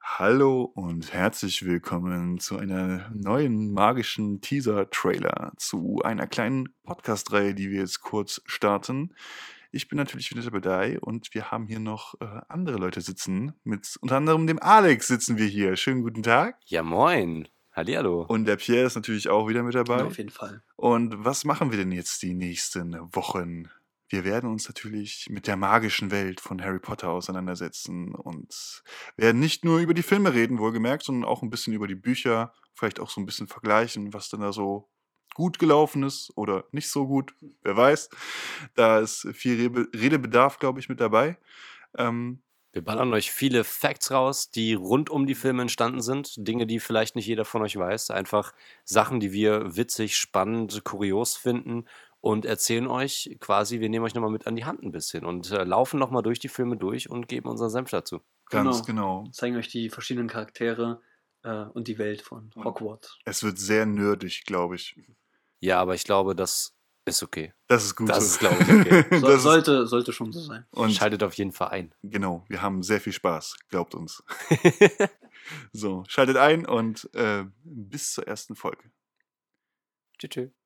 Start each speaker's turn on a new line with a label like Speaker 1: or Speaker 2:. Speaker 1: Hallo und herzlich willkommen zu einer neuen magischen Teaser-Trailer, zu einer kleinen Podcast-Reihe, die wir jetzt kurz starten. Ich bin natürlich wieder dabei und wir haben hier noch äh, andere Leute sitzen. Mit unter anderem dem Alex sitzen wir hier. Schönen guten Tag.
Speaker 2: Ja, moin. Hallihallo.
Speaker 1: Und der Pierre ist natürlich auch wieder mit dabei.
Speaker 3: Auf jeden Fall.
Speaker 1: Und was machen wir denn jetzt die nächsten Wochen? Wir werden uns natürlich mit der magischen Welt von Harry Potter auseinandersetzen und werden nicht nur über die Filme reden, wohlgemerkt, sondern auch ein bisschen über die Bücher, vielleicht auch so ein bisschen vergleichen, was denn da so gut gelaufen ist oder nicht so gut, wer weiß. Da ist viel Rebe- Redebedarf, glaube ich, mit dabei. Ähm,
Speaker 2: Wir ballern euch viele Facts raus, die rund um die Filme entstanden sind. Dinge, die vielleicht nicht jeder von euch weiß. Einfach Sachen, die wir witzig, spannend, kurios finden und erzählen euch quasi, wir nehmen euch nochmal mit an die Hand ein bisschen und äh, laufen nochmal durch die Filme durch und geben unseren Senf dazu.
Speaker 1: ganz genau.
Speaker 3: Zeigen euch die verschiedenen Charaktere äh, und die Welt von
Speaker 1: Und-
Speaker 3: Hogwarts.
Speaker 1: Es wird sehr nerdig, glaube ich.
Speaker 2: Ja, aber ich glaube, das ist okay.
Speaker 1: Das ist gut.
Speaker 2: Das
Speaker 1: so.
Speaker 2: ist, glaube ich, okay.
Speaker 3: So,
Speaker 1: Das ist-
Speaker 3: sollte, sollte schon so sein.
Speaker 1: und
Speaker 2: Schaltet auf jeden Fall ein.
Speaker 1: Genau, wir haben sehr viel Spaß, glaubt uns. so, schaltet ein und äh, bis zur ersten Folge.
Speaker 2: Tschüss. tschüss.